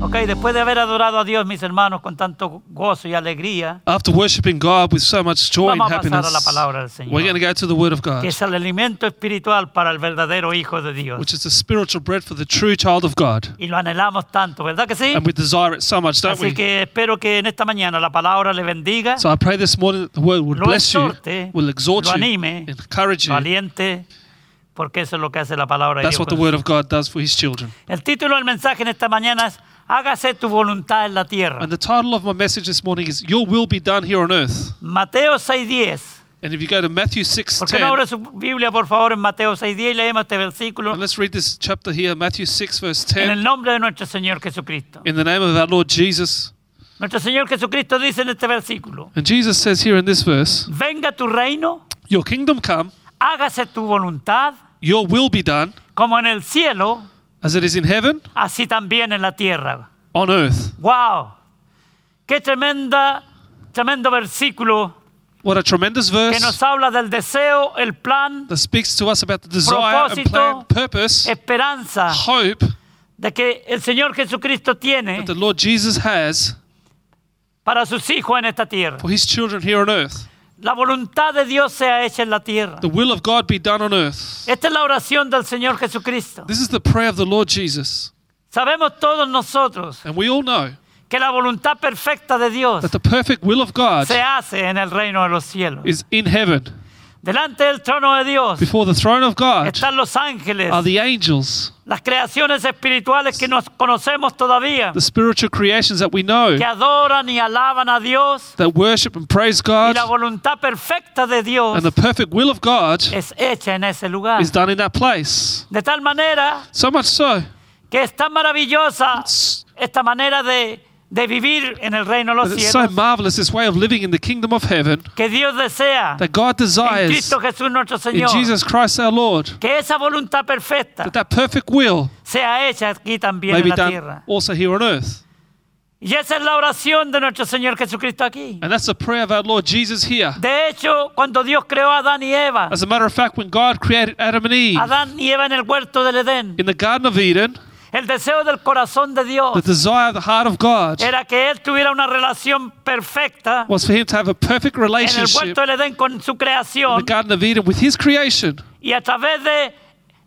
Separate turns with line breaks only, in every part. Ok, después de haber adorado a Dios, mis hermanos, con tanto gozo y alegría,
After worshiping God with so much joy and
vamos a pasar a la
happiness,
palabra del
we're going
Señor,
to go to the Word of
que
God,
es el alimento espiritual para el verdadero Hijo de Dios.
which is the spiritual bread for the true child of God.
Y lo anhelamos tanto, ¿verdad que sí?
And we desire it so much, don't
Así
we?
que espero que en esta mañana la palabra le bendiga,
So I pray this morning that the Word will
Lo
bless you,
exhorte,
will exhort
lo
you,
anime,
encourage
lo
you.
aliente, porque eso es lo que hace la palabra de
That's
Dios.
what the Word of God does for His children.
El título del mensaje en esta mañana es Hágase tu voluntad en la tierra.
And the title of my message this morning is Your Will Be Done Here on Earth.
Mateo 6.10.
And if you go to Matthew 6
¿Por qué no abre su Biblia, por favor, en Mateo 6.10 y leemos este versículo
and let's read this chapter here, Matthew 6, verse
en
10,
el nombre de nuestro Señor Jesucristo?
in the name of our Lord Jesus.
Nuestro Señor Jesucristo dice en este versículo,
And Jesus says here in this verse,
venga tu reino,
Your kingdom come,
hágase tu voluntad,
your will be done,
como en el cielo,
as it is in heaven,
así también en la tierra.
on earth.
¡Wow! ¡Qué tremenda, tremendo versículo
What a tremendous
que
verse
nos habla del deseo, el plan,
that speaks to us about the desire and
Propósito,
plan, purpose,
esperanza
hope that
de que el Señor Jesucristo tiene
the Lord Jesus has
para sus hijos en esta tierra.
for his children here on earth.
La voluntad de Dios sea hecha en la tierra.
The will of God be done on earth.
Esta es la oración del Señor Jesucristo.
This is the prayer of the Lord Jesus.
Sabemos todos nosotros
And we all know
que la voluntad perfecta de Dios
that the perfect will of God
se hace en el reino de los cielos.
is in heaven.
Delante del trono de Dios
Before the throne of God
están los ángeles,
are the angels,
las creaciones espirituales que nos conocemos todavía,
the spiritual creations that we know,
que adoran y alaban a Dios.
that worship and praise
Y
God.
la voluntad perfecta de Dios
And the perfect will of God
es hecha en ese lugar.
is done in that place.
De tal manera
So much so,
que es tan maravillosa
s-
esta manera de, de vivir en el reino de
that
los
it's so
cielos
marvelous this way of living in the kingdom of heaven
que Dios desea
that God
en
desires
Cristo Jesús nuestro
in
Señor
Jesus Christ our Lord
que esa voluntad perfecta
that that perfect will
sea hecha aquí también en
may be
la
done
tierra.
also here on earth.
Y esa es la oración de nuestro Señor Jesucristo aquí.
And that's the prayer of our Lord Jesus here.
De hecho, cuando Dios creó a Adán y Eva,
As a matter of fact, when God created Adam and Eve
Adán y Eva en el huerto del Edén,
in the Garden of Eden,
el deseo del corazón de Dios
the desire of the heart of God
Oh. era que él tuviera una relación perfecta
was for him to have a perfect
en el
relationship
huerto del Edén con su
in the
creación
Garden of Eden with his creation.
y a través de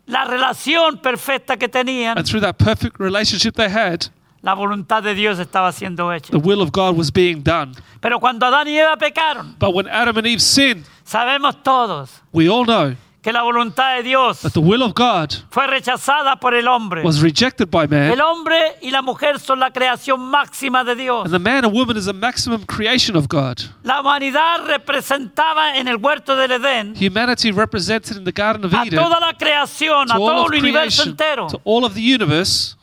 la relación perfecta que tenían,
And through that perfect relationship they had,
la voluntad de Dios estaba siendo hecha.
the will of God was being done.
Pero cuando Adán y Eva pecaron,
But when Adam and Eve sinned,
sabemos todos
we all know
que la voluntad de Dios
that the will of God
fue rechazada por el hombre.
was rejected by man.
El hombre y la mujer son la creación máxima de Dios.
And the man and woman is a maximum creation of God.
La humanidad representaba en el huerto del Edén
Humanity represented in the Garden of
a
Eden,
toda la creación, a
to all
todo
of
el universo
creation,
entero.
to all of the universe,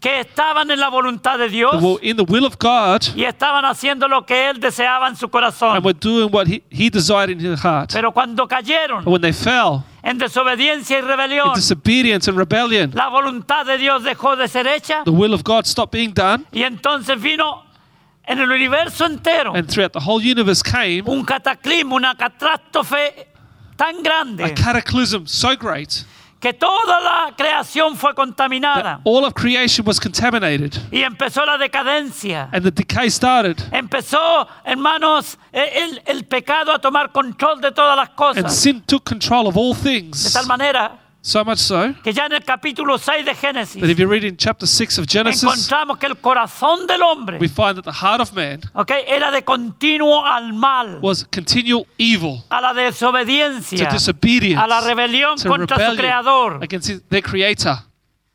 que estaban en la voluntad de Dios
that were in the will of God
y estaban haciendo lo que Él deseaba en su corazón.
and were doing what He, he desired in His heart.
Pero cuando cayeron
But when they fell
en desobediencia y
in
rebelión,
disobedience and rebellion,
la voluntad de Dios dejó de ser hecha
the will of God stopped being done,
y entonces vino en el universo entero
and throughout the whole universe came
un cataclismo, una catástrofe tan
a
grande
cataclysm so great
que toda la creación fue
that
contaminada
all of creation was contaminated,
y empezó la decadencia.
and the decay started,
Empezó, hermanos, e- el, el pecado a tomar control de todas las
and
cosas.
sin took control of all
De
things.
tal manera
So much so
que ya en el capítulo 6 de
that
Génesis
if you read in chapter 6 of Genesis,
encontramos que el corazón del hombre
we find that the heart of man
¿ok? era de continuo al mal,
was continual evil
a la
to
desobediencia,
disobedience,
a la rebelión
to
contra su
rebellion
creador.
against his- their creator.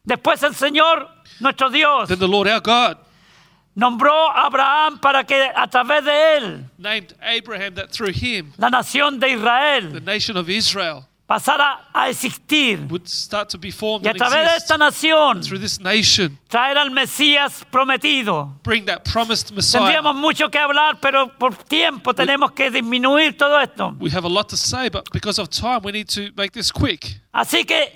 Después el Señor, nuestro Dios,
Then the Lord our God
nombró a Abraham para que a través de él
named Abraham that through him
la nación de
the
Israel
nation of Israel
pasara a existir
would start to be formed
y a
and
través de
exist
esta nación
through this nation.
traer al Mesías prometido.
Bring that promised Messiah.
Tendríamos mucho que hablar, pero por tiempo tenemos que disminuir todo esto.
We have a lot to say, but because of time, we need to make this quick.
Así que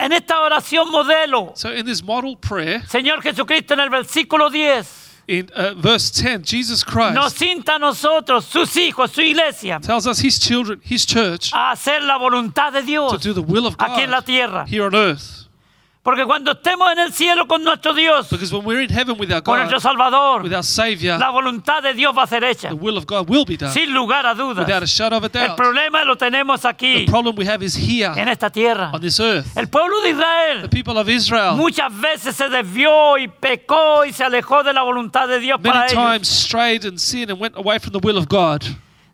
en esta oración modelo,
So, in this model prayer,
Señor Jesucristo en el versículo 10,
in uh, verse 10, Jesus
nos
Christ
cinta a nosotros, sus hijos, su iglesia,
tells us his children, his church,
a hacer la voluntad de
to
Dios
do the will of
aquí en la
God
tierra.
here on earth.
Porque cuando estemos en el cielo con nuestro Dios,
Because when we're in heaven with our
con nuestro
God,
Salvador,
with our Savior,
la voluntad de Dios va a ser hecha,
the will of God will be done
sin lugar a
without a
dudas.
shadow of a
El
doubt.
problema lo tenemos
The
aquí,
problem we have is
en
here
esta tierra.
on this earth.
El pueblo de Israel
The people of Israel
muchas veces se desvió y pecó y se alejó de la voluntad de Dios para
many
ellos.
times strayed and sinned and went away from the will of God.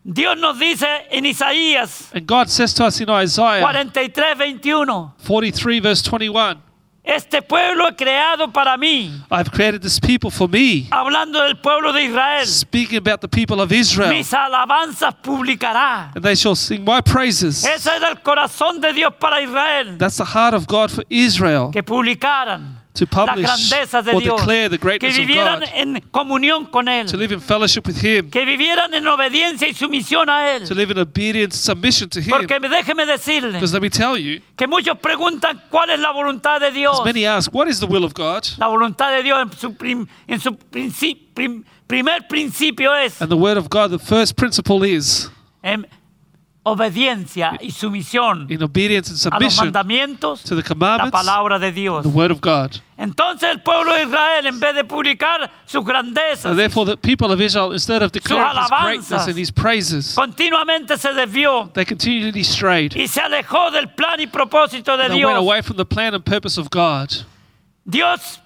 Dios nos dice en Isaías
And God says to us in Isaiah
43, 21,
43, verse 21,
este pueblo he creado para mí,
I've created this people for me.
hablando del pueblo de Israel,
Speaking about the people of Israel,
mis alabanzas publicará.
and they shall sing my praises.
Ese era el corazón de Dios para Israel,
That's the heart of God for Israel
que publicaran
to
las
publish
grandezas de
or
Dios,
declare the
que
greatness of
vivieran
God,
en comunión con
to
Él,
live in fellowship with Him,
que vivieran en obediencia y sumisión a
to
Él.
live in obedience, submission to Him.
Porque déjeme decirle,
Because let me tell you,
que muchos preguntan cuál es la voluntad de Dios.
as many ask, what is the will of God?
La voluntad de Dios en su, prim- en su princi- prim- primer principio es
And the word of God, the first principle is
em, obediencia y sumisión
in obedience and
a los
submission
mandamientos,
to the
la
commandments,
palabra de Dios.
the word of God.
Entonces el pueblo de Israel, en vez de publicar sus grandezas,
And therefore, the people of Israel, instead of declaring His
alabanzas.
greatness and His praises,
continuamente se desvió
they continually strayed.
y se alejó del plan y propósito de
They
Dios.
went away from the plan and purpose of God.
Dios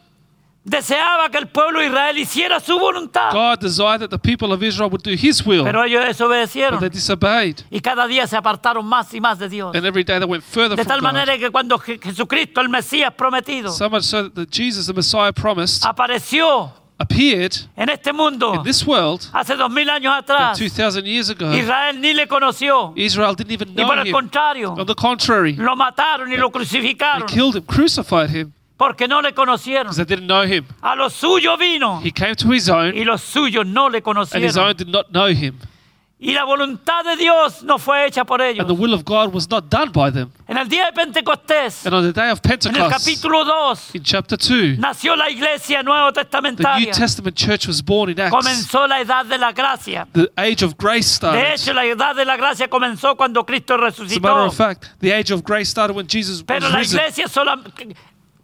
deseaba que el pueblo de Israel hiciera su voluntad,
God desired that the people of Israel would do His will,
pero ellos
but
desobedecieron.
they disobeyed.
Y cada día se apartaron más y más de Dios.
And every day they went further
De
from
tal
God.
manera que cuando Je- Jesucristo, el Mesías prometido,
So much so that Jesus, the Messiah
Ah.
promised,
apareció
appeared
en este mundo
in this world
hace dos mil años
than
atrás,
2,000 years ago.
Israel ni le conoció.
Israel didn't even
Y
know
por el
Him.
contrario,
On the contrary,
lo mataron y lo
they
crucificaron
killed Him, crucified Him,
porque no le conocieron.
because they didn't know Him.
A los suyos vino
He came to his own,
y los suyos no le
and his own
conocieron.
did not know him.
Y la voluntad de Dios no fue hecha por ellos.
And the will of God was not done by them.
En el día de Pentecostés,
And on the day of
en el
Pentecost,
capítulo 2,
in chapter 2,
nació la iglesia nuevo
the New
testamentaria.
Testament church was born in Acts.
comenzó la edad de la gracia.
The age of grace
De
started.
hecho, la edad de la gracia comenzó cundo Cristo
As a matter
resucitó.
of fact, the age of grace started when Jesus
Pero
was
la
risen.
iglesia sola-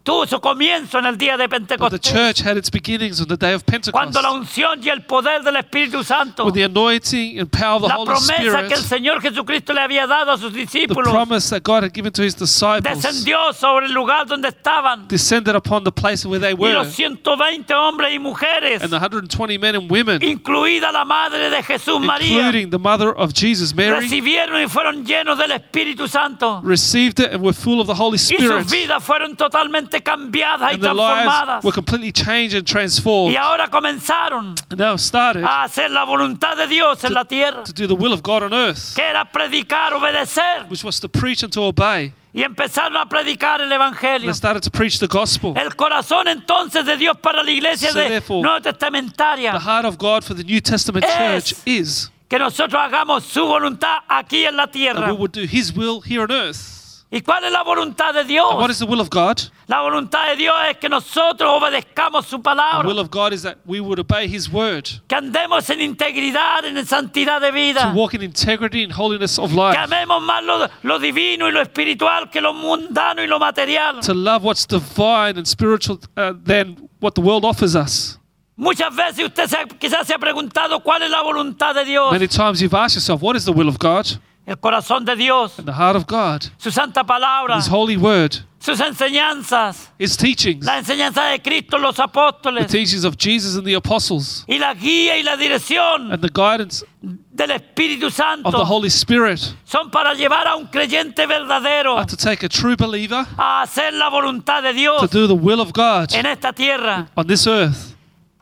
tuvo su comienzo en el día de
But the
Pentecostés,
church had its beginnings on the day of Pentecost.
cuando la unción y el poder del Espíritu Santo,
With the anointing and power of the
la
Holy
promesa
Spirit,
que el Señor Jesucristo le había dado a sus
the
discípulos,
promise that God had given to his disciples
descendió sobre el lugar donde estaban.
descended upon the place where they
Y
were.
los 120 hombres y mujeres,
And the 120 men and women,
incluida la madre de Jesús María,
including the mother of Jesus, Mary,
recibieron y fueron llenos del Espíritu Santo.
received it and were full of the Holy
Y
Spirit.
sus vidas fueron totalmente cambiadas y
And their lives
transformadas.
were completely changed and transformed.
Y ahora comenzaron
And now started
a hacer la voluntad de Dios en la tierra,
to do the will of God on earth,
que era predicar, obedecer.
which was to preach and to obey.
Y empezaron a predicar el
And
Evangelio.
they started to preach the gospel.
El corazón entonces de Dios para la iglesia
So
de
therefore,
Nueva
The
Testamentaria,
heart of God for the New Testament
Es-
church is
que nosotros hagamos su voluntad aquí en la
that we
tierra.
would do His will here on earth.
¿Y cuál es la voluntad de
And what
Dios?
is the will of God?
La voluntad de Dios es que nosotros obedezcamos su
The
palabra,
will of God is that we would obey His word,
que andemos en integridad, en santidad de
to
vida.
walk in integrity and holiness of
Que
life,
amemos más lo, lo divino y lo espiritual que lo mundano y lo material.
to love what's divine and spiritual uh, than what the world offers us.
Muchas veces usted se ha- quizás se ha preguntado cuál es la voluntad de Dios,
Many times you've asked yourself, what is the will of God?
el corazón de Dios,
And the heart of God,
su santa palabra,
His holy word,
sus enseñanzas,
His teachings,
la enseñanza de Cristo, los
the
apóstoles
teachings of Jesus and the apostles,
y la guía y la dirección
and the guidance
del Espíritu
of the
Santo
Holy Spirit
son para llevar a un creyente verdadero
are to take a true believer
a hacer la voluntad de Dios
to do the will of God
en esta tierra.
on this earth.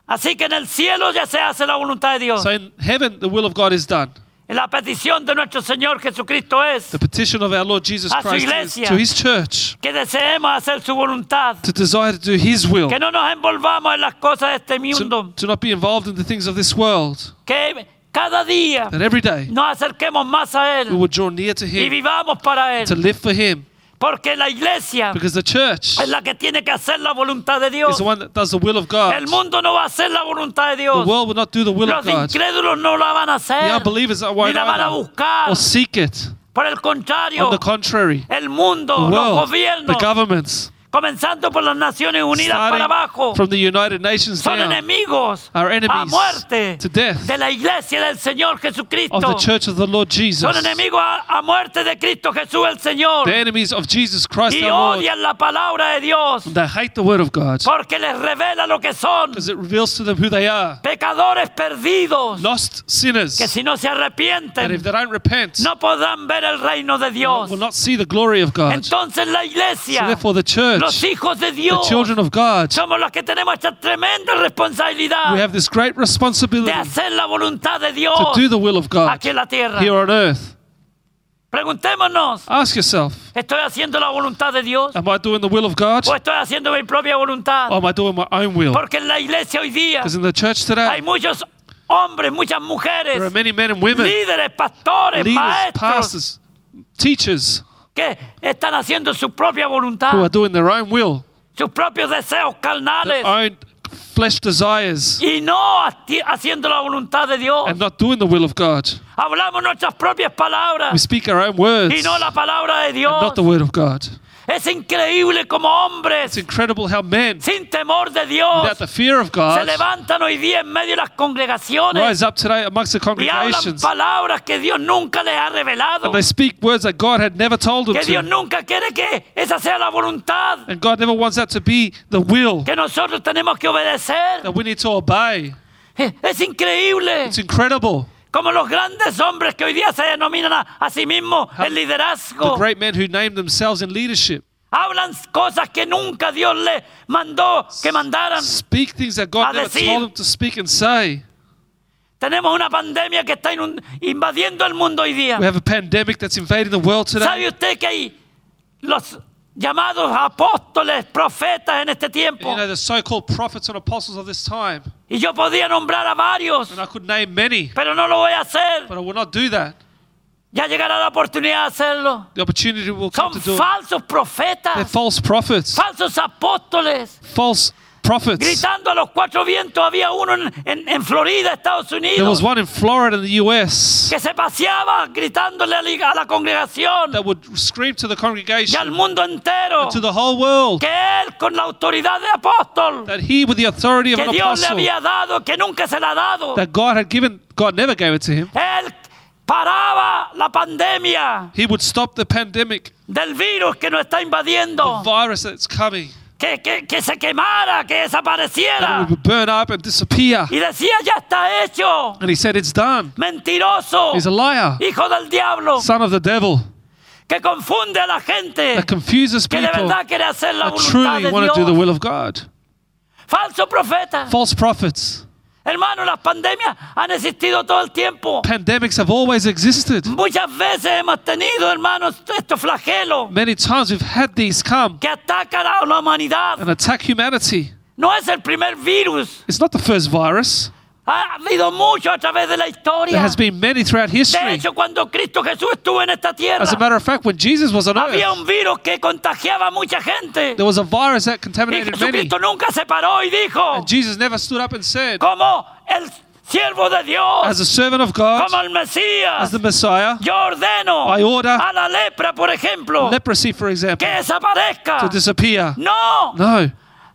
Así que en el cielo ya se hace la voluntad de Dios.
So in heaven, the will of God is done.
La petición de nuestro Señor Jesucristo es
The petition of our Lord Jesus
A su
Christ is
iglesia.
to his church
que deseemos hacer su voluntad,
to desire to do his will,
que no nos envolvamos en las cosas de este
to,
mundo,
to not be involved in the things of this world,
que cada día
that every day
nos acerquemos más a
we
Él
would draw near to
y
him,
vivamos para
to
Él,
live for him,
porque la iglesia
because the church
es la que tiene que hacer la voluntad de
is
Dios.
the one that does the will of God.
El mundo no va a hacer la voluntad de
The
Dios.
world will not do the will
Los
of God. The
incrédulos no la van a hacer,
unbelievers that
ni
won't
la van a
either,
buscar.
or seek it.
Por el
On
contrario,
the contrary,
el mundo, los
the world, the
gobiernos,
governments,
comenzando por las Naciones Unidas para abajo,
starting from the United Nations
son
down,
enemigos
are
a
enemies
muerte
to death
de la iglesia del Señor Jesucristo.
of the church of the Lord Jesus.
Son enemigos a, a muerte de Cristo Jesús el Señor.
They're enemies of Jesus Christ
Y
our Lord.
odian la palabra de Dios
They hate the word of God
porque les revela lo que son.
because it reveals to them who they are.
Pecadores perdidos
Lost sinners.
que si no se
And if
arrepienten
they don't repent,
no podrán ver el reino de Dios.
will not see the glory of God. So
Entonces la iglesia,
therefore the church,
los hijos de
the
Dios,
children of God,
somos los que tenemos esta tremenda
we
responsabilidad
have this great
de
responsibility
hacer la voluntad de Dios
to do the will of God
aquí en la tierra.
here on earth.
Preguntémonos,
Ask yourself,
¿estoy haciendo la voluntad de Dios
am I doing the will of God
o Pues estoy haciendo mi propia voluntad?
or am I doing my own will?
Porque en la iglesia hoy día
Because in the church
hay
today,
muchos hombres, muchas
there are
mujeres,
many men and women,
líderes, pastores,
leaders,
maestros
pastors, teachers
que están haciendo su propia
who are
voluntad,
doing their own will,
sus propios deseos carnales
their own flesh desires,
y no hasti- haciendo la voluntad de Dios.
and not doing the will of God.
Hablamos nuestras propias
We
palabras
speak our own words,
y Ah. no
and
la palabra de Dios.
not the word of God.
Es increíble como
It's
hombres
incredible how men,
sin temor de Dios
without the fear of
se
God,
levantan hoy día en medio de las
rise
congregaciones
up today amongst the
y hablan
congregations.
palabras que Dios nunca les ha revelado,
And they speak words that God had never told them
que Dios
to.
nunca quiere que esa sea la voluntad,
And God never wants that to be the will
que nosotros tenemos que obedecer.
that we need to obey.
Eh, Es increíble
It's incredible.
como los grandes hombres que hoy día se denominan a, a sí mismos el
Ah, The
liderazgo,
great men who named themselves in leadership
hablan cosas que nunca Dios les mandó que mandaran.
speak things that
A
God never
decir.
told them to speak and say.
Tenemos una pandemia que está inund- invadiendo el mundo hoy día.
We have a pandemic that's invading the world today.
¿Sabe usted que hay los llamados apóstoles, profetas en este tiempo?
You know, the so called prophets and apostles of this time.
Y yo podía nombrar a varios,
And I could name many,
pero no lo voy a hacer.
but I will not do that.
Ya llegará la oportunidad de hacerlo.
The opportunity will come
Son
to do it.
falsos
They're
profetas,
false prophets,
falsos apóstoles.
false prophets.
Gritando a los cuatro vientos, había uno en, en- en Florida, Estados
There was
Unidos,
one in Florida in the US
que se paseaba gritándole a la, a la congregación
that would scream to the
y al
congregation,
mundo entero
to the whole world,
que él, con la autoridad de apóstol,
that he, with the authority of
que
an
Dios le
apostle,
había dado, que nunca se la ha dado.
that God had given, God never gave it to him,
Él paraba la pandemia
he would stop the pandemic,
del virus que nos está
the
invadiendo,
virus that's coming,
que, que- que se quemara, que
that
desapareciera.
it would burn up and disappear.
Y decía, ya está hecho,
And he said, It's done.
mentiroso,
He's a liar,
hijo del diablo,
son of the devil,
que confunde a la gente,
that confuses
que de
people
verdad quiere hacer la
that
voluntad
truly
de
want to do the
Dios.
will of God.
Falso profeta.
False prophets.
Hermano, las pandemias han existido todo el tiempo.
Pandemics have always existed.
Muchas veces hemos tenido, hermanos, estos flagelos
Many times we've had these come
que atacan a la humanidad.
and attack humanity.
No es el primer virus.
It's not the first virus.
Ha habido mucho a través de la
There
historia.
has been many throughout
De
history.
hecho, cuando Cristo Jesús estuvo en esta tierra,
As a matter of fact, when Jesus was on
había
earth,
un virus que contagiaba a mucha gente.
there was a virus that
Y
contaminated many.
Jesucristo nunca se paró y dijo,
And Jesus never stood up and said,
como el siervo de
As
Dios,
a servant of God,
como el
as
Mesías,
the Messiah,
yo ordeno
I order-
a la lepra, por ejemplo,
leprosy, for
que
example,
desaparezca.
to disappear.
No,
No,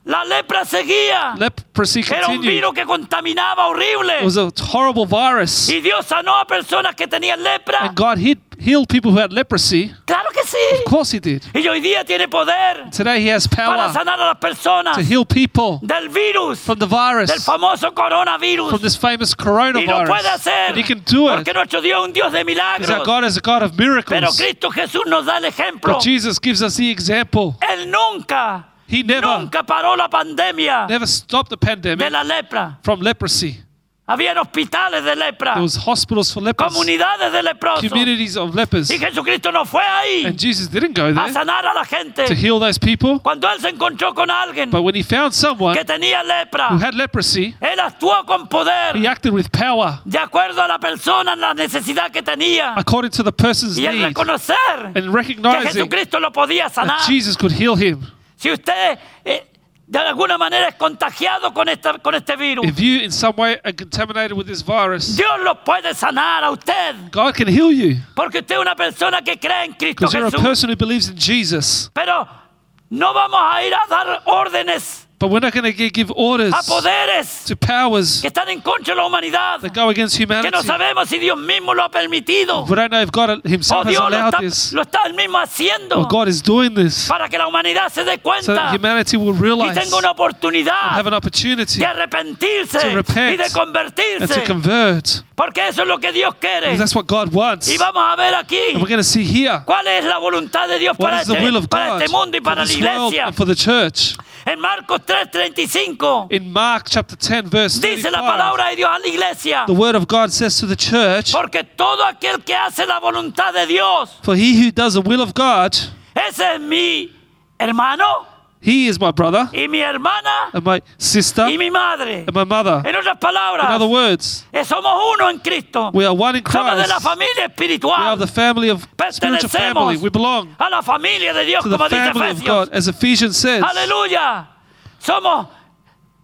la lepra seguía.
leprosy
Era un
continued.
virus que contaminaba horrible.
It was a horrible virus.
Y Dios sanó a personas que tenían lepra.
And God he'd healed people who had leprosy.
Claro que sí.
Of course he did.
Y hoy día tiene poder
Today he has
para
power
sanar a las personas
to heal people
del virus,
from the
del
virus,
famoso
from
coronavirus.
this famous
Y lo puede
coronavirus.
hacer
And he can do it.
porque nuestro Dios es un Dios de
Because our
milagros.
God is a God of
Pero
miracles.
Cristo Jesús nos da el ejemplo.
But Jesus gives us the example.
Él nunca,
He never,
nunca paró la pandemia
never stopped the
de
pandemic
la lepra.
from leprosy.
Habían hospitales de lepra,
There was hospitals for lepers,
comunidades de leprosos.
communities of lepers.
Y Jesucristo no fue ahí
And Jesus didn't go
a
there
sanar a la
to
gente.
heal those people.
Cuando él se encontró con alguien
But when he found someone
que tenía lepra,
who had leprosy,
él actuó con
he
poder
acted with power
de acuerdo a la persona, la necesidad que tenía.
according to the person's
Y el
need
reconocer
and
que
recognizing
Jesucristo lo podía sanar.
that Jesus could heal him.
Si usted eh, de alguna manera es contagiado con, esta, con este virus,
If you in some way are contaminated with this virus,
Dios lo puede sanar a usted.
God can heal you
Porque usted es una persona que cree en Cristo
because you're a
Jesús.
person who believes in Jesus.
Pero no vamos a ir a dar órdenes
But we're not going to give orders
a poderes
to powers
que están en contra de la humanidad.
that go against
Que no
humanity.
sabemos si Dios mismo lo ha permitido.
We don't know if God
O
Himself has
Dios lo
allowed
está,
this
lo está él mismo
or
haciendo.
pues, God is doing this
Para que la humanidad se dé
so
cuenta
that humanity will
y
realize
tenga una
and
oportunidad
have an opportunity
de arrepentirse
to repent
y de
and to
convertirse.
convert.
Porque eso es lo que Dios quiere.
Because that's what God wants.
Y vamos a ver
And we're
aquí
going to see here
cuál es la voluntad de Dios
what
para
is the
este,
will of
para
God
este mundo y
for
para la
this world
iglesia.
and for the church.
En Marcos 3:35
In Mark chapter 10, verse
dice la
35,
palabra de Dios a la iglesia.
the word of God says to the church,
Porque todo aquel que hace la voluntad de Dios,
For he who does the will of God,
ese es mi hermano
he is my brother,
y mi hermana
and my sister,
y
and
mi madre.
my mother.
En otras
In
palabras,
other words,
eh, somos uno en Cristo.
we are one in
Somos de la
Christ.
familia
We are the
espiritual,
family of spiritual family.
Pertenecemos.
We belong
a la familia de Dios,
to the
como dice
family of God,
Efesios.
as Ephesians says.
Aleluya. Somos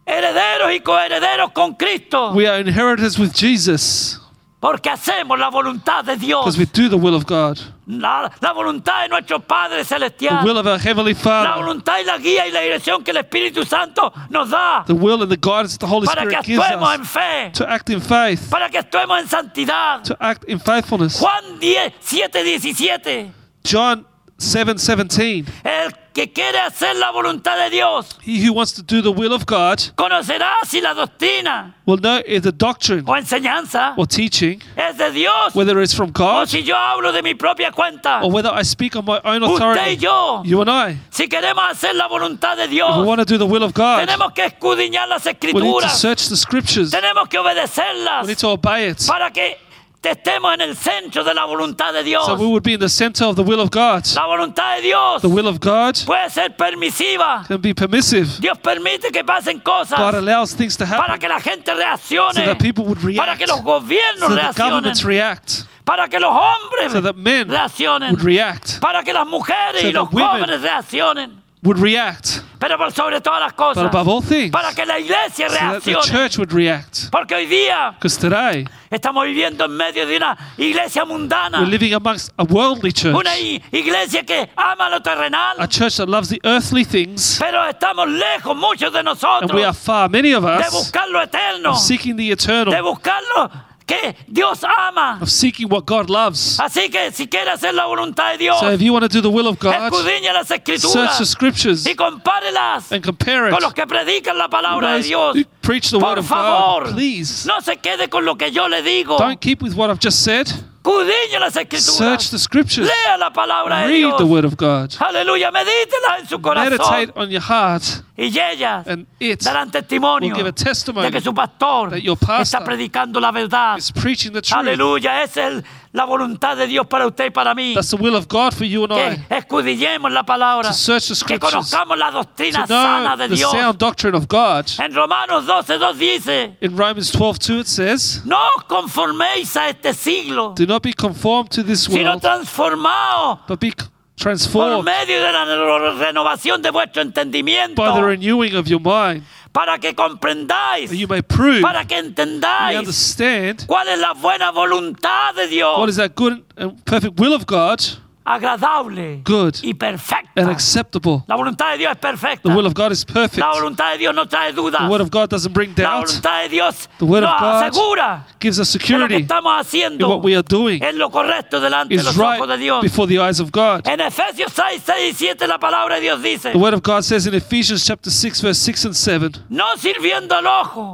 herederos y coherederos con Cristo
We are inheritors with Jesus
porque hacemos la voluntad de Dios.
because we do the will of God,
La, la voluntad de nuestro Padre
the
Celestial.
will of our Heavenly
La
Father,
voluntad y la guía y la dirección que el Espíritu Santo nos da
the will and the guidance that the Holy
para que
Spirit gives
actuemos
us
en fe,
to act in faith,
para que actuemos en santidad.
to act in faithfulness.
Juan 10, 7, 17.
John 7 17.
El que quiere hacer la voluntad de Dios
He who wants to do the will of God
conocerá si la doctrina
will know if the doctrine
o enseñanza
or teaching,
es de Dios
whether it's from
o
God
si yo hablo de mi propia cuenta.
or whether I speak on my own
Usted y
authority.
yo,
You and I, if
si queremos hacer la voluntad de
we
Dios,
want to do the will of God,
tenemos que escudriñar las
we need to
escrituras.
search the scriptures,
Tenemos que obedecerlas
we need to obey it, so
para que estemos en el centro de la voluntad de Dios.
we would be in the center of the will of God.
La voluntad de Dios
The will of God
puede ser permisiva.
can be permissive.
Dios permite que pasen
God
cosas
allows things to
para
happen
que la gente
so
reaccione,
that people would
para
react,
que los
so
gobiernos reaccionen,
that governments react,
para que los hombres
so that men
reaccionen,
would react,
para que las mujeres
so
y los
that women-
jóvenes reaccionen,
would react.
pero por sobre todas las
But
cosas,
above all things,
para que la iglesia
so that the
reaccione.
church would react.
Porque hoy día
Because today,
estamos viviendo en medio de una iglesia mundana,
we're living amongst a worldly church,
Ah. una i- iglesia que ama lo terrenal,
a church that loves the earthly things,
pero estamos lejos muchos de
and we are
nosotros
far, many of
de
us,
buscar lo eterno,
seeking the
de
eternal,
buscar lo que Dios ama.
of seeking what God loves.
Así que si quiere hacer la voluntad de Dios,
So if you want to do the will of God,
escudriñe las
search the
escrituras
scriptures
y compárelas
and compare it.
con los que predican la palabra de
Those
Dios.
who preach the word
Por
of God,
favor,
please.
no se quede con lo que yo le digo.
Don't keep with what I've just said.
Escudriñe las
Search
escrituras.
the scriptures.
Lea la palabra de
Read
Dios.
the word of God.
Aleluya, medítela en su corazón.
Meditate on your heart,
y ellas
and it
darán testimonio
will give a testimony
de que su pastor
that your pastor
está predicando la verdad.
is preaching the truth.
Aleluya, esa es el- la voluntad de Dios para usted y para mí.
That's the will of God for you and
Que
I
escudillemos la palabra.
to search the
Que
scriptures,
conozcamos la doctrina
to
sana de
know the
Dios. Eh?
sound doctrine of God.
En Romanos 12, 2 dice,
In Romans 12:2 it says,
no os conforméis a este siglo,
"Do not be conformed to this
sino
world,
transformados
but be
por
transformed
medio de la re- renovación de vuestro entendimiento
by the renewing of your mind,
para que
that
comprendáis,
you may prove,
para que
you
entendáis
understand
cuál es la buena voluntad de
what
Dios,
is that good and perfect will of God,
agradable
good
y perfecta.
and acceptable.
La voluntad de Dios es perfecta.
The will of God is perfect.
La voluntad de Dios no trae dudas.
The word of God doesn't bring
La
doubt.
voluntad de Dios
The word of
nos
God
asegura
Gives us
que lo que
security
estamos
in
haciendo
what we are doing.
es lo correcto delante de
Is
los ojos de
right
Dios.
before the eyes of God.
En Efesios 6, 6 y 7 la palabra de Dios dice,
The word of God says in Ephesians chapter 6 verse 6 and 7,
no sirviendo al ojo,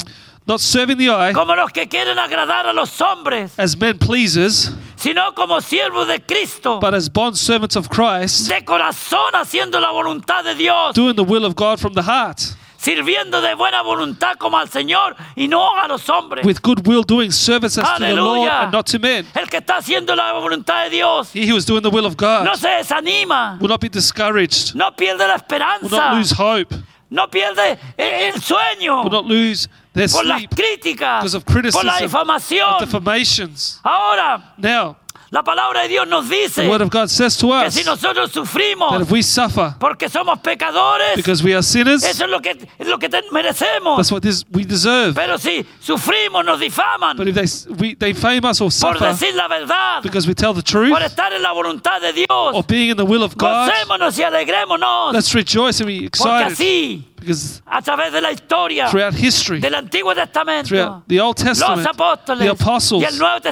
not serving the eye
como los que quieren agradar a los hombres,
as men pleasers,
sino como siervos de Cristo,
but as bond servants of Christ,
de corazón haciendo la voluntad de Dios,
doing the will of God from the heart,
sirviendo de buena voluntad como al Señor y no a los hombres.
with good will doing service as to the Lord
Hallelujah.
and not to men.
El que está haciendo la voluntad de Dios
He who is doing the will of God
no se desanima,
will not be discouraged,
no pierde la
will not lose
esperanza,
hope,
no pierde eh, el sueño
will not lose their
por las
sleep
críticas,
because of
por la
criticism, of
difamación.
defamations.
Ahora,
Now,
la palabra de Dios nos dice
the word of God says to
que
us
si
that
nosotros sufrimos
if we suffer
porque somos pecadores,
because we are sinners,
eso es lo que, es lo que te- merecemos.
that's what this, we deserve.
Pero si sufrimos, nos difaman
But if they, we, they fame us or
por
suffer
decir la verdad,
because we tell the truth
por estar en la voluntad de
or
Dios,
being in the will of God,
gocémonos y alegrémonos,
let's rejoice and be
porque
excited
así,
because
a través de la historia
throughout history,
del Antiguo Testamento,
throughout the Old
los
Testament, the
apóstoles
apostles,
y el Nuevo
and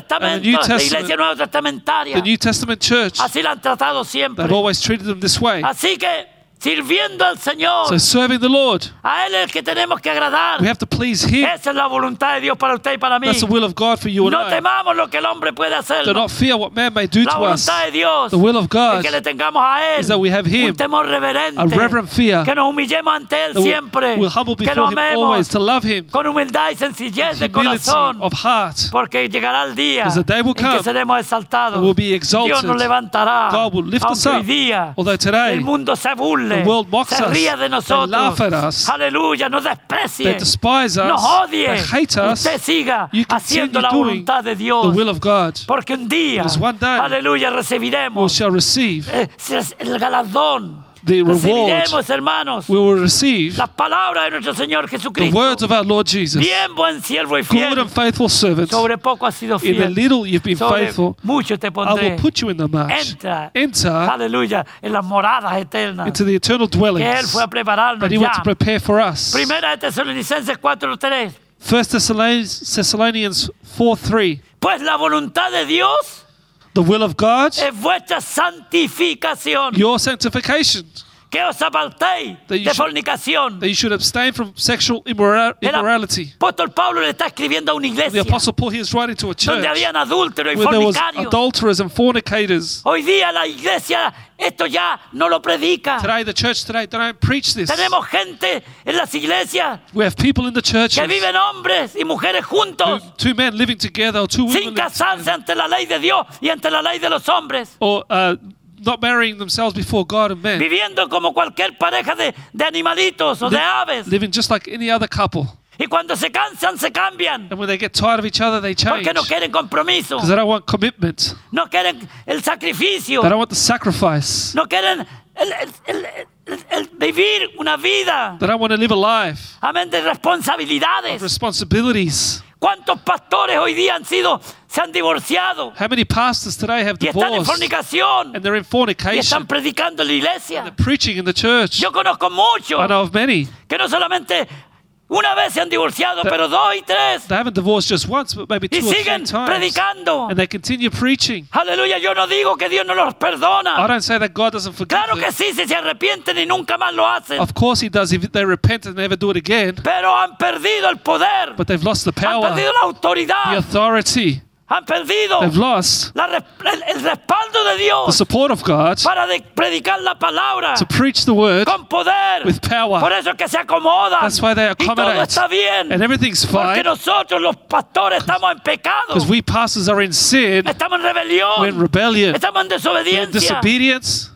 the
Testamento,
New
la iglesia
Testament,
nueva testamentaria,
the New Testament church,
así la han tratado siempre.
they've always treated them this way.
Así que sirviendo al Señor,
So serving the Lord,
a Él es el que tenemos que agradar.
we have to please Him.
Esa es la voluntad de Dios para usted y para mí.
That's the will of God for you and
No
I.
temamos lo que el hombre puede hacer.
Do not fear what man may do to
La
us.
voluntad de Dios
The will of
es
God
que le tengamos a Él
is that we have Him,
un temor reverente.
a reverent fear
que nos humillemos ante Él
that we-
siempre.
we'll humble
que lo
before Him
amemos
always, to love Him,
con humildad y sencillez de
humility
corazón.
of heart.
Porque llegará el día
Because the day will
en que
come
seremos exaltados.
and we'll be exalted.
Dios nos levantará.
God will lift us
aunque hoy
up.
día
Although today
el mundo se burle,
the world mocks
se
us,
ríe de
they
nosotros.
laugh at us,
Aleluya, nos desprecie,
they despise us,
nos odie.
they hate us,
Usted siga
you continue
haciendo la
doing
voluntad de Dios.
the will of God,
porque un día,
Because one day,
aleluya,
we
recibiremos
shall receive.
eh, es el galardón.
The reward.
recibiremos, hermanos,
We will receive
las palabras de nuestro Señor
the
Jesucristo.
words of our Lord Jesus.
Bien buen siervo y
Good
fiel.
and faithful servant.
Sobre poco has sido
In the
fiel.
little you've been
Sobre
faithful,
mucho te
I
pondré.
will put you in the much.
Entra.
Enter
Aleluya. En las moradas eternas.
into the eternal
que Él
dwellings
fue a prepararnos
that He went to
ya.
prepare for us.
Primera de Tesalonicenses 4.3.
1 Thessalonians Thessalonians 4 3.
Pues la voluntad de Dios
The will of God,
es vuestra santificación.
your sanctification,
que os apartéis
That you
de
should-
fornicación.
that you should abstain from sexual immora-
El
immorality.
apóstol Pablo le está escribiendo a una
The
iglesia
Apostle Paul, he is writing to a
donde
church
habían adúlteros y
where there was
fornicarios.
adulterers and fornicators.
Hoy día la iglesia esto ya no lo predica.
Today, the church today, they don't preach this.
Tenemos gente en las iglesias
We have people in the church,
que viven hombres y mujeres juntos
two men living together or two women
sin
living
casarse ante la ley de Dios y ante la ley de los hombres,
or uh, not marrying themselves before God and men,
viviendo como cualquier pareja de, de animalitos o de aves.
living just like any other couple.
Y cuando se cansan, se cambian
And when they get tired of each other, they change
porque no
because
quieren compromiso,
they don't want commitment.
no quieren el sacrificio,
They don't want the sacrifice.
no quieren el, el- el- el- el vivir una vida,
They don't want to live a life.
amén, de responsabilidades.
Responsibilities.
¿Cuántos pastores hoy día han sido, se han divorciado
How many pastors today have
y están en
divorced
fornicación
and they're
y
in
están
fornication,
predicando en la iglesia?
preaching in the church?
Yo conozco muchos
I know of many.
que no solamente una vez se han divorciado, pero dos y tres,
They haven't divorced just once, but maybe
y
two or three
siguen
times.
predicando.
And they continue preaching.
Aleluya, yo no digo que Dios no los
I
perdona.
don't say that God doesn't forgive
Claro que
them.
sí, si se arrepienten y nunca más lo hacen,
Of course He does if they repent and never do it again.
pero han perdido el poder,
But they've lost the
han
power,
perdido
the
la autoridad,
authority.
han perdido
They've lost
la res- el, el respaldo de
the
Dios
support of God
para de- predicar la palabra
to preach the word.
con poder.
with power.
Por eso es que se acomodan
That's why they
y todo
accommodate.
está bien,
And everything's
porque
fine
nosotros los pastores estamos en pecado.
because we pastors are in sin,
Estamos en rebelión.
we're in rebellion,
Estamos en
we're in
desobediencia.
disobedience.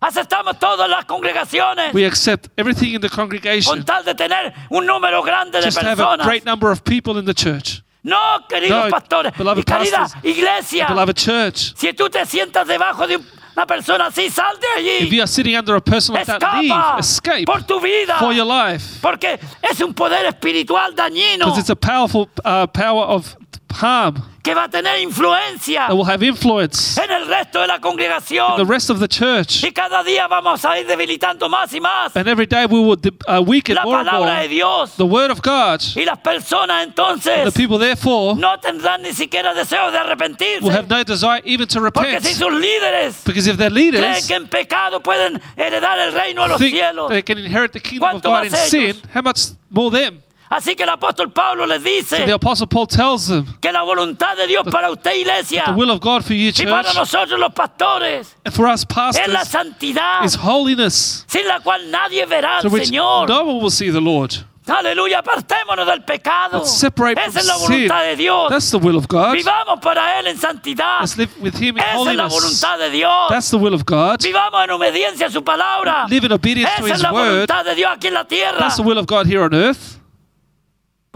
Aceptamos todas las congregaciones
We accept everything in the
con
congregation.
tal de tener un número grande de
Just to have a
personas.
great number of people in the church,
No, queridos
No,
pastores y
beloved
querida
pastors,
iglesia,
beloved church.
si tú te sientas debajo de una persona así, sal de
If
allí.
you are sitting under a person like
Escapa
that, leave, escape
por tu vida.
for your life
Porque es un poder espiritual dañino
because it's a powerful uh, power of harm
que va a tener influencia
that will have influence
en el resto de la
in the
congregación.
rest of the church.
Y cada día vamos a ir debilitando más y más
And every day we will de- uh, weaken
la
more and
palabra de
more
Dios.
the word of God.
Y las personas
The
entonces
people, therefore,
no tendrán ni siquiera deseo de
will have
arrepentirse.
no desire even to
Porque si
repent.
sus líderes
Because if their
creen
leaders
que en pecado pueden heredar el reino a los
think
cielos,
Eh. they can inherit the kingdom of
¿Cuánto
God
más
in sin,
ellos?
how much more them?
Así que el apóstol Pablo les dice
The Apostle Paul tells them
que la voluntad de Dios para usted, iglesia,
the will of God for you,
y
church,
para nosotros los pastores,
and for us
es la
pastors,
santidad,
is holiness,
sin la cual nadie verá
to
al
which
Señor.
no one will see the Lord.
Aleluya, apartémonos del pecado.
Let's separate
Esa
from
es la
sin.
voluntad de Dios.
That's the will of God.
Vivamos para Él en santidad.
Let's live with Him in
Esa es la
holiness.
voluntad de Dios.
That's the will of God.
Vivamos en obediencia a su palabra.
Live in obedience to
Esa es
His
la
word.
voluntad de Dios aquí en la tierra.
That's the will of God here on earth.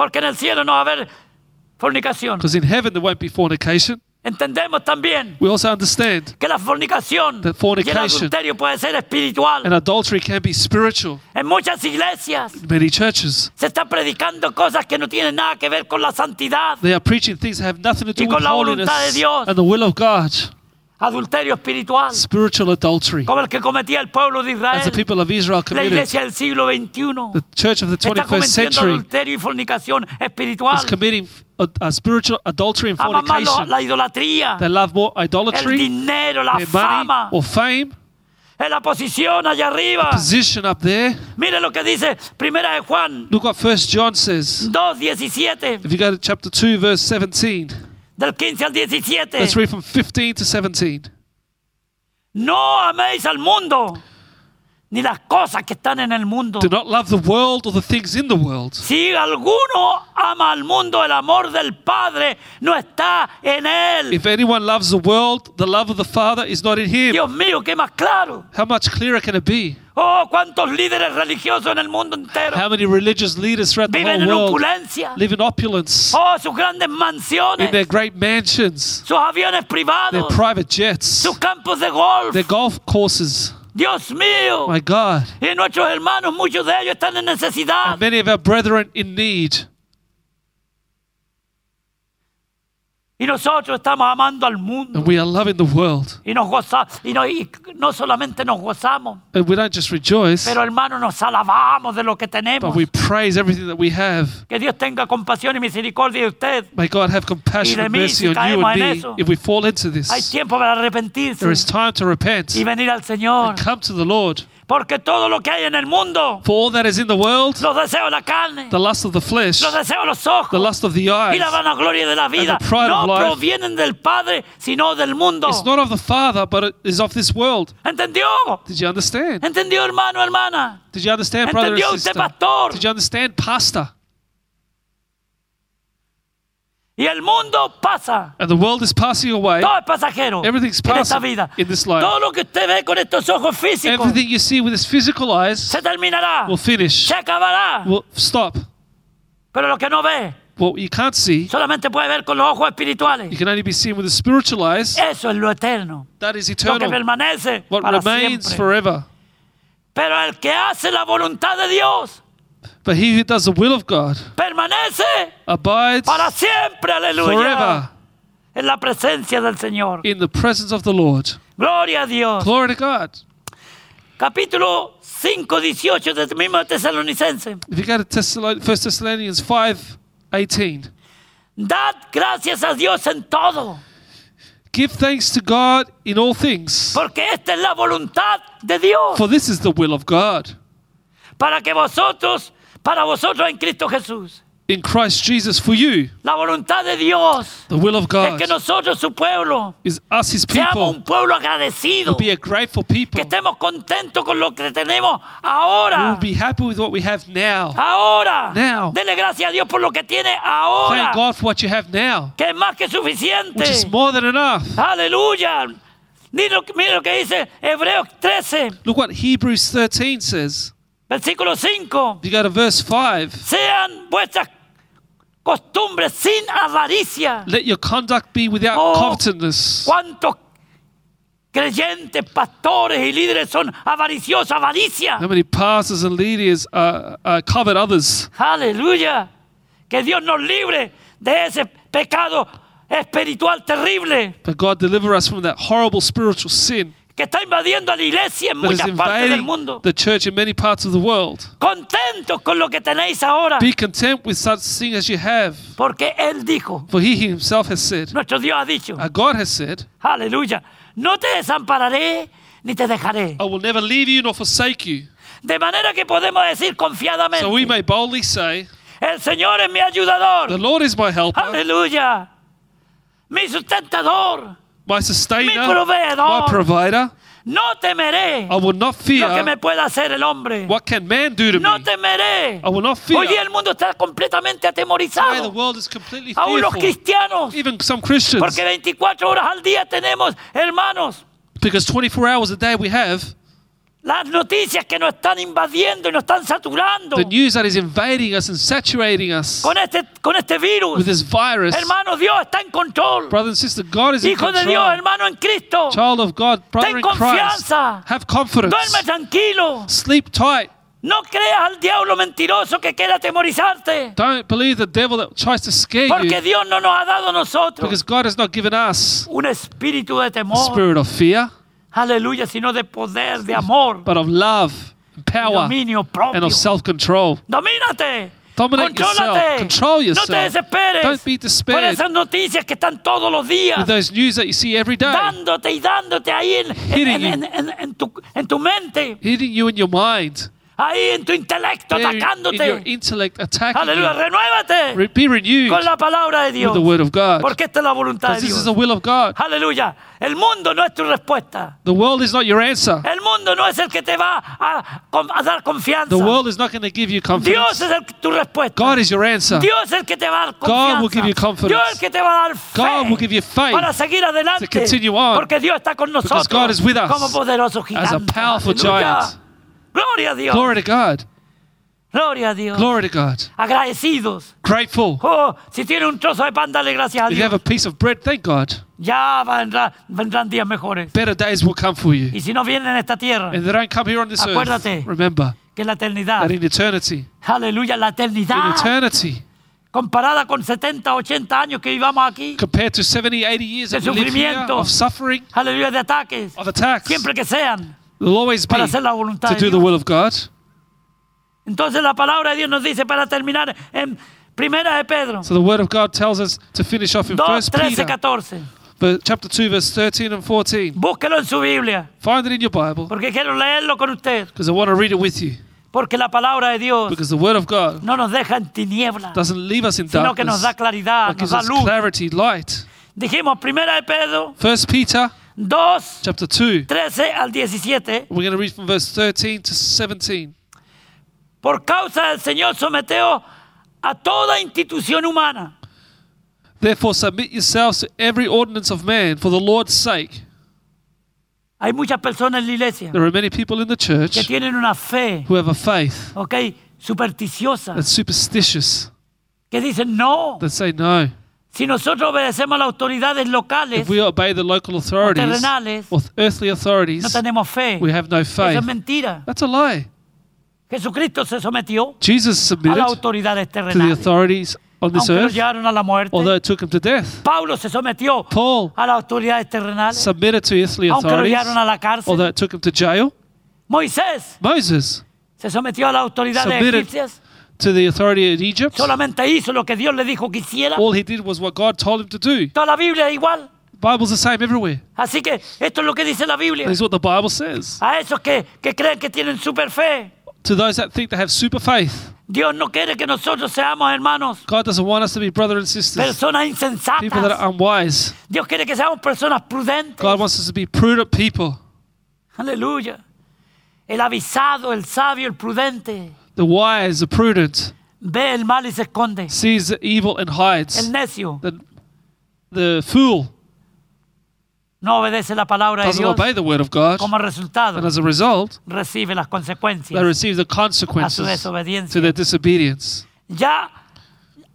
Porque en el cielo no va a haber fornicación.
Because in heaven there won't be fornication.
Entendemos también
We also understand
que la fornicación
That
y el
fornication
adulterio puede ser espiritual.
and adultery can be spiritual
En muchas iglesias
in many churches.
se están predicando cosas que no tienen nada que ver con la santidad.
They are preaching things that have nothing to
Y
do
con
with
la voluntad
holiness
de Dios.
and the will of God.
Adulterio espiritual.
Spiritual adultery.
Como el que cometía el pueblo de
As the
Israel.
people of Israel
La
committed,
iglesia del siglo XXI
the church of the
está
21st
cometiendo
century
adulterio y fornicación
is
espiritual.
committing uh, uh, spiritual adultery and
Aman más lo-
fornication.
la idolatría,
They love more
el
idolatry,
dinero, la
their money
fama,
or fame,
en la posición allá arriba.
position up there.
Mire lo que dice Primera de Juan
Look what First John says.
2, 17,
If you go to chapter 2, verse 17,
del 15 al 17.
let's read from 15 to 17.
No améis al mundo, ni las cosas que están en el mundo.
Do not love the world or the things in the world.
Si alguno ama al mundo, el amor del Padre no está en él.
If anyone loves the world, the love of the Father is not in him.
Dios mío, qué más claro.
How much clearer can it be?
Oh, cuántos líderes religiosos en el mundo entero
How many religious leaders throughout the
viven
whole
en
world
opulencia.
live in opulence,
Oh, sus grandes
in their
mansiones,
great mansions,
sus aviones
their
privados,
private jets,
sus campos de golf.
their golf courses.
Dios mío.
My God.
Y nuestros hermanos, muchos de ellos están en necesidad.
And many of our brethren in need.
Y nosotros estamos amando al mundo.
And we are loving the world.
Y nos gozamos. Y no, y no solamente nos gozamos,
And we don't just rejoice,
pero hermanos, nos alabamos de lo que tenemos.
but we praise everything that we have.
Que Dios tenga compasión y misericordia de usted.
May God have compassion
Y de
and
mí,
mercy
si
on you
caemos
and
en
me
eso.
if we fall into
Hay
this.
tiempo para
There is
arrepentirse
time to repent
y venir al Señor.
and come to the Lord.
Porque todo lo que hay en el mundo,
For all that is in the world,
los deseos de la carne,
the lust of the flesh,
los deseos de los
the
ojos
lust of the
y
eyes,
la vanagloria de la vida,
the pride
no
of life.
provienen del Padre, sino del mundo.
it's not of the Father, but it is of this world.
¿Entendió?
Did you understand?
¿Entendió, hermano, hermana?
Did you understand, brother
Entendió
and
usted,
sister?
pastor.
Did you understand, pastor?
Y el mundo pasa.
And the world is passing away.
Todo es pasajero
Everything's
en esta
passing
vida.
in this life.
Todo lo que usted ve con estos ojos físicos
Everything you see with his physical eyes
se terminará,
will finish,
se acabará.
will stop.
Pero lo que no ve,
What you can't see,
solamente puede ver con los ojos
you
espirituales.
can only be seen with the spiritual eyes.
Eso es lo eterno,
That is
lo que
eternal.
permanece
What
para
remains
siempre.
forever.
Pero el que hace la voluntad de Dios
But he who does the will of God
permanece
abides
para siempre, aleluya,
forever
en la presencia del Señor.
in the presence of the Lord.
Gloria a Dios.
Glory to God.
Capítulo 5, 18 del este mismo Tesalonicense.
If you go to Thessalon- 1 Thessalonians 5 18,
Dad gracias a Dios en todo,
give thanks to God in all things,
porque esta es la voluntad de Dios
for this is the will of God
para que vosotros, para vosotros en Cristo Jesús.
in Christ Jesus for you.
La voluntad de Dios
The will of
es
God
que nosotros, su pueblo,
is us, his
seamos
people,
un pueblo agradecido,
be
que
a grateful people.
estemos contentos con lo que tenemos
We'll
ahora.
be happy with what we have now.
Ahora,
Now.
dele gracias a Dios por lo que tiene ahora,
Thank God for what you have now,
que es más que suficiente.
which is more than enough.
Aleluya. Mira lo que- mira lo que dice Hebreos 13,
Look what Hebrews 13 says.
versículo 5.
If you go to verse 5,
sean vuestras costumbres sin avaricia.
let your conduct be without
Oh.
covetousness.
¿Cuántos creyentes, pastores y líderes son avariciosos? Avaricia.
How many pastors and leaders uh, uh, covet others?
Aleluya. Que Dios nos libre de ese pecado espiritual terrible
But God deliver us from that horrible spiritual sin
que está invadiendo a la iglesia en
that is
muchas partes del
invading
mundo.
the church in many parts of the world.
Contentos con lo que tenéis ahora.
Be content with such things as you have,
Porque Él dijo,
for he himself has said,
nuestro Dios ha dicho,
our God has said,
aleluya, no te desampararé ni te dejaré.
I will never leave you nor forsake you.
De manera que podemos decir
So we
confiadamente,
may boldly say,
El Señor es mi ayudador.
The Lord is my helper,
Aleluya. Mi sustentador.
my
Mi
sustainer, my
proveedor.
provider.
No temeré
I will
lo
not
que me
fear
pueda hacer el hombre.
what can man do to
No
me.
temeré.
I will not fear.
Hoy el mundo está completamente
Why the
atemorizado.
world is completely
Aún los
fearful.
cristianos.
Even some Christians,
Porque 24 horas al día tenemos, hermanos,
because 24 hours a day we have,
las noticias que nos están invadiendo y nos están saturando
the news that is invading us and saturating us
con este, con este
with
virus.
this virus.
Hermano, Dios está en control.
Brother and sister, God is in
Hijo de Dios,
Pues control.
hermano en Cristo.
Child of God, brother in Christ,
confianza.
have confidence.
Duerme tranquilo.
Sleep tight.
No creas al diablo mentiroso que quiere atemorizarte.
Don't believe the devil that tries to scare
Porque
you
Dios no nos ha dado a nosotros
because God has not given us
un espíritu de
a
temor.
spirit of fear,
Aleluya, sino de poder, de amor,
but of love, and power,
dominio
and
propio.
of self control.
Domínate.
Dominate
Contrólate.
yourself. Control
No te
yourself.
desesperes.
Don't be
Por
despaired.
esas noticias que están todos los días
With those news that you see every day,
dándote y dándote ahí en, en,
Hitting
en- en- en tu, en tu mente,
hitting you in your mind,
ahí en tu intelecto,
there in your
atacándote.
intellect, attacking
Aleluya,
you.
renuévate
Re- Be renewed
con
with
la palabra de Dios.
the word of God.
Porque esta es la voluntad de
Because this is
Dios.
the will of God.
Aleluya. El mundo no es tu respuesta.
The world is not your answer.
El mundo no es el que te va a, a dar confianza.
The world is not going to give you
Dios
confidence.
es el, tu respuesta.
God is your answer.
Dios es el que te va a dar confianza.
will give you confidence.
Dios es el que te va a dar fe.
God will give you faith
para seguir adelante.
to continue on.
Porque Dios está con nosotros.
God is with us
como poderoso
as
gigante.
a powerful
Aleluya.
giant.
Gloria a Dios.
Glory to God.
Gloria a Dios.
Glory to God.
Agradecidos.
Grateful.
Oh, si tiene un trozo de pan, dale gracias a
If you
Dios.
have a piece of bread, thank God.
Ya vendrá- vendrán días mejores.
Better days will come for you.
Y si no vienen a esta tierra,
And they don't come here on this
Acuérdate. Ah.
earth. Remember
que la eternidad,
that in eternity,
aleluya, la
in
eternidad,
eternity,
comparada con 70, 80 años que vivamos aquí,
compared to 70, 80 years that
De
we live here
sufrimiento.
of suffering,
aleluya, de ataques,
of attacks,
siempre que sean,
there'll always be
para hacer la voluntad
to
de
do the
Dios.
will of God.
Entonces la palabra de Dios nos dice para terminar en Primera de Pedro
So the word of God tells us to finish off in 1
2, 13,
Peter
14.
ver- chapter 2, verse 13 and 14.
Búsquelo en su Biblia,
Find it in your Bible
porque quiero leerlo con usted,
because I want to read it with you.
porque la palabra de Dios
Because the word of God
no nos deja en tinieblas,
doesn't leave us in
sino que nos
darkness,
da claridad,
but
nos
gives
da
us
luz.
clarity, light.
Dijimos Primera de Pedro
1 Peter
2,
chapter 2.
13 al 17.
We're going to read from verse 13 to 17.
Por causa del Señor someteo a toda institución humana,
Therefore, submit yourselves to every ordinance of man for the Lord's sake.
Hay muchas personas en la iglesia
There are many people in the
que
church
tienen una fe,
who have a faith
¿ok? Supersticiosa,
that's superstitious,
que dicen, no,
that say, no,
si nosotros obedecemos a las autoridades locales,
if we obey the local authorities
terrenales,
or th- earthly
no
authorities,
tenemos fe.
we have no
Eso
faith.
es mentira.
That's a lie.
Jesucristo se sometió
Jesus
a las
submitted
autoridades
to the
terrenales,
authorities on this
aunque lo
earth,
llevaron a la muerte.
although it took him to death.
Pablo se sometió
Paul
a las autoridades terrenales,
submitted to earthly
aunque lo
authorities,
llevaron a la
although
cárcel.
it took him to jail.
Moisés
Moses
se sometió a las autoridades
Submitted.
egipcias,
to the authority in Egypt.
solamente hizo lo que Dios le dijo que hiciera.
All he did was what God told him to do.
Toda la Biblia es igual.
Bible's the same everywhere.
Así que esto es lo que dice la Biblia.
That's what the Bible says.
A esos que, que creen que tienen super fe.
To those that think they have super faith,
Dios no quiere que nosotros seamos hermanos,
God doesn't want us to be brother and sisters,
personas
people that
insensatas.
are unwise.
Dios quiere que seamos personas prudentes.
God wants us to be prudent people,
Aleluya. El avisado, el sabio, el prudente
the wise, the prudent,
ve el mal y se esconde.
sees the evil and
El
hides.
necio
The, the fool
no obedece la palabra de
doesn't
Dios.
obey the word of God,
Como
and
resultado,
as a result,
recibe las
they
consecuencias
receive the
a su
consequences to
desobediencia.
their disobedience.
Ya,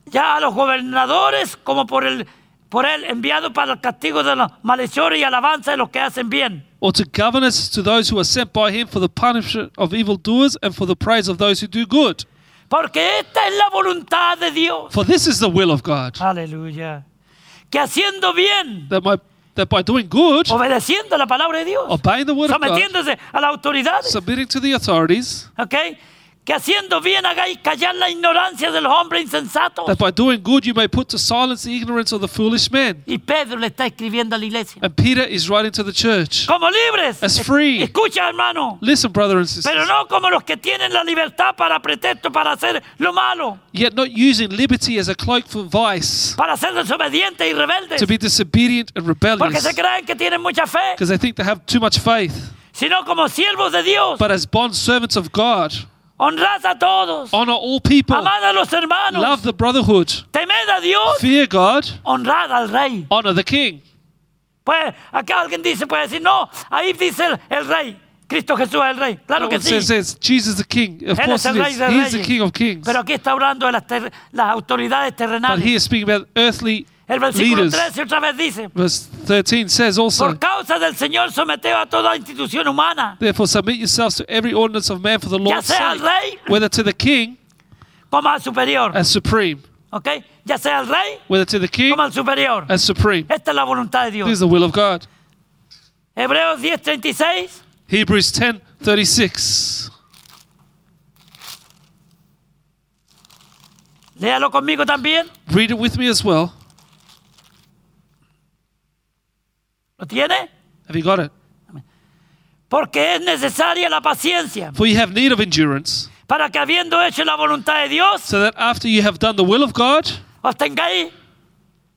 ya a los gobernadores, como por el por él enviado para el castigo de los malhechores y alabanza de los que hacen bien.
or to governors to those who are sent by him for the punishment of evildoers and for the praise of those who do good.
Porque esta es la voluntad de Dios.
For this is the will of God,
Aleluya. Que haciendo bien,
that, my, that by doing good,
obedeciendo la palabra de Dios,
obeying the word of God,
sometiéndose a las autoridades,
submitting to the authorities,
¿ok? que haciendo bien hagáis callar la ignorancia del hombre insensato.
that by doing good you may put to silence the ignorance of the foolish man.
Y Pedro le está escribiendo a la iglesia.
And Peter is writing to the church.
Como libres.
As free.
Escucha, hermano.
Listen, brother and
Pero
sister,
no como los que tienen la libertad para pretexto para hacer lo malo,
yet not using liberty as a cloak for vice,
para ser desobedientes y
to
rebeldes,
be disobedient and
porque
rebellious,
se creen que tienen mucha fe,
because they think they have too much faith.
sino como siervos de Dios.
But as bond servants of God,
Honrad a todos,
honor all people,
amad a los hermanos,
love the brotherhood,
temed a Dios,
fear God,
honrad al rey.
honor the king.
Pues acá alguien dice, puede decir, no, ahí dice el, el rey, Cristo Jesús es el rey. Claro que
It says,
sí.
says Jesus the king. Of
Él es
course
el
it
rey
is.
de
He is the
reyes.
king of kings.
Pero aquí está hablando de las, ter- las autoridades
But
terrenales.
here speaking about earthly
El versículo
leaders.
13 otra vez dice,
Verse 13 says also,
Por causa del Señor someteo a toda institución humana,
Therefore submit yourselves to every ordinance of man for the
ya
Lord's
sea al
sake,
rey
whether to the king
como al superior.
as supreme,
¿Ok? Ya sea al rey
whether to the king
como al superior.
as supreme.
Esta es la voluntad de
This
Dios.
is the will of God.
Hebreos 10:36.
Hebrews 10, 36.
Léalo conmigo también.
Read it with me as well.
¿Lo tiene?
Have you got it?
Porque es necesaria la paciencia
For you have need of endurance,
para que habiendo hecho la voluntad de Dios,
so that after you have done the will of God,
obtengáis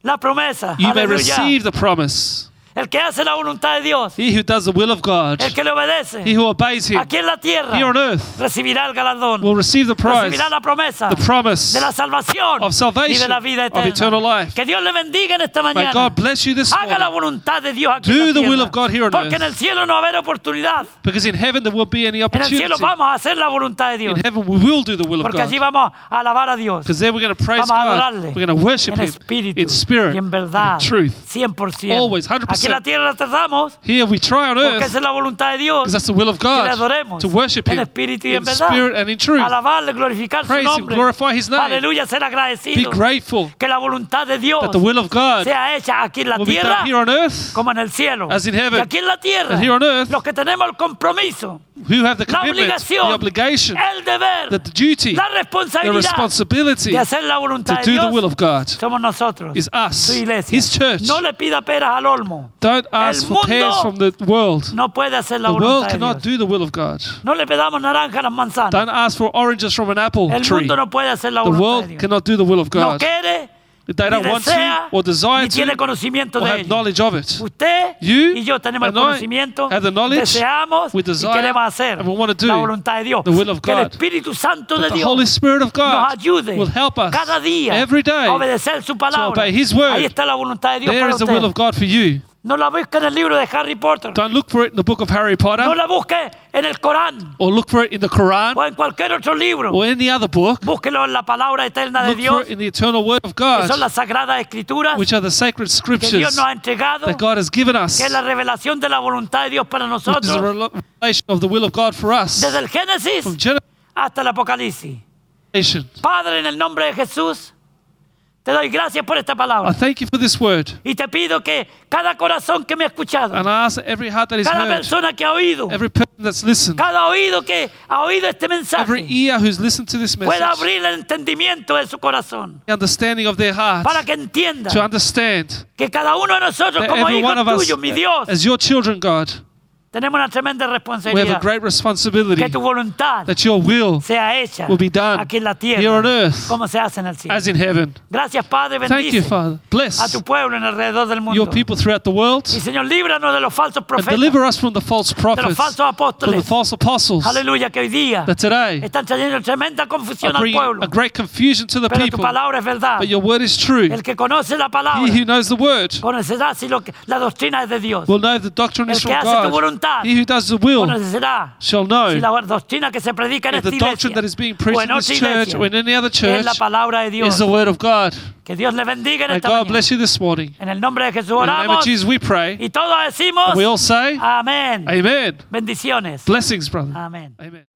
la promesa.
you may
Aleluya.
receive the promise.
El que hace la voluntad de Dios,
He who does the will of God,
el que le
he
obedece,
who obeys him
aquí en la tierra,
here on earth,
recibirá el galardón.
will receive the prize,
recibirá la promesa
the promise.
de la salvación
of
y de
salvation,
la vida
of
eterna.
eternal life.
Que Dios le bendiga en esta
May
mañana.
God bless you this
Haga la
morning,
voluntad de Dios aquí
Do
en la
the
tierra.
will of God here on
Porque
earth.
en el cielo no va a haber oportunidad.
because in heaven there won't be any
En el cielo
opportunity.
vamos a hacer la voluntad de Dios.
In heaven we will do the will of
Porque
God.
allí vamos a alabar a Dios.
Because there we're going to praise
Vamos a
God.
adorarle.
We're going to worship
en
Him
espíritu
in spirit,
y en verdad.
in truth.
100%.
Always, 100%.
Aquí en la tierra la tratamos
Here we try on
porque
earth,
esa es la voluntad de Dios.
because that's the will of
Que le
God,
adoremos
to worship
en
Him
espíritu y en
in
verdad.
spirit and in truth.
Alabarle, glorificar su
Praise Him,
nombre.
glorify His name.
Aleluya, ser
Be
agradecido.
grateful
que la voluntad de Dios
that the will of God
sea hecha aquí en la
will be
tierra
done here on earth.
como en el cielo.
as in heaven,
y aquí en la tierra,
and here on earth,
los que tenemos el compromiso,
Who have the
la
commitment, the
obligación,
obligation,
el deber,
the duty,
la
the
responsabilidad
responsibility
de hacer
to
la voluntad de
do the
Dios,
will of God
somos nosotros,
is us,
su iglesia.
His church.
No le pida peras al olmo.
Don't ask
El
for pears
mundo
from the world.
No puede hacer la
The world
voluntad de Dios.
cannot do the will of God.
No le pedamos naranja a las manzanas.
Don't ask for oranges from an apple
el
tree.
mundo no puede hacer la
The
voluntad de
world
Dios.
cannot do the will of
No
God.
quiere,
If they
ni
don't want
desea,
to, or desire
ni tiene
to,
conocimiento
or
de
have
ello.
knowledge of it.
Usted
You
y yo tenemos el
and I
conocimiento,
have the knowledge,
deseamos y
we desire,
queremos hacer
and we want to do
la voluntad de Dios.
the will of
que el
God.
Espíritu Santo de
That the
Dios
Holy Spirit
nos
of God
ayude
will help us
cada día
every
a
day.
obedecer su palabra.
obey His word.
Ahí está la voluntad de Dios
There
para
is the
usted.
will of God for you.
No la busque en el libro de Harry Potter.
Don't look for it in the book of Harry
No
Potter,
la busque en el Corán
or look for it in the Quran,
o en cualquier otro libro.
or any other book.
Búsquelo en la palabra eterna de
Look for
Dios,
it in the eternal Word of
que son
God,
las sagradas escrituras
which are the sacred
que Dios
scriptures
nos ha entregado,
that
que
God has given us,
es la revelación de la voluntad de Dios para
which is a
nosotros,
revelation of the will of God for us.
desde el Génesis
From generation,
hasta el Apocalipsis. Padre, en el nombre de Jesús, te doy gracias por esta
I
palabra.
thank you for this word,
Y te pido que cada corazón que me ha escuchado,
and I ask that every heart that is
cada
heard,
persona que ha oído,
every person that's listened,
cada oído que ha oído este
every
mensaje,
ear who's listened to this
pueda
message,
abrir el entendimiento de su corazón
the understanding of their heart,
para que entienda
to understand
que cada uno de nosotros
that
como
every one of
hijos
us,
tuyos, mi Dios,
as your children, God,
tenemos una tremenda
we have a
responsabilidad.
great responsibility
Que tu voluntad
that your will,
sea hecha
will be done
aquí en la tierra
here on earth,
como se hace en el cielo.
as in heaven.
Gracias, Padre,
Thank
bendice
you, Father.
a
Bless
tu pueblo en alrededor del mundo.
your people throughout the world
Y Señor, líbranos de los falsos
and
profetas,
deliver us from the false
de los
prophets,
falsos
from the
apóstoles.
false apostles
Aleluya, que hoy día
that today
están trayendo tremenda
are
confusión al
bringing
pueblo.
a great confusion to the
Pero tu
people.
palabra es verdad.
But your word is true.
El que conoce la palabra
He who knows the word
conocerá si lo que- la doctrina es de Dios.
will know the doctrine
El
is
que
from
hace tu voluntad
God. He who does the will
Conocerá
shall
si
know
la doctrina que se predica en
if
esta
the doctrine
iglesia
that is being
o
preached
en
in this
otra
church
iglesia
or in any other
es
church
la palabra de
is
Dios.
the word of God.
Que Dios le bendiga en
May
esta
God
mañana.
bless you this morning.
En el nombre de Jesús
In the name of
oramos
Jesus, we pray.
y Ah. todos decimos
We all say,
amén.
Amen.
Bendiciones. Ah.
Blessings, brother.
Amén.
Amen.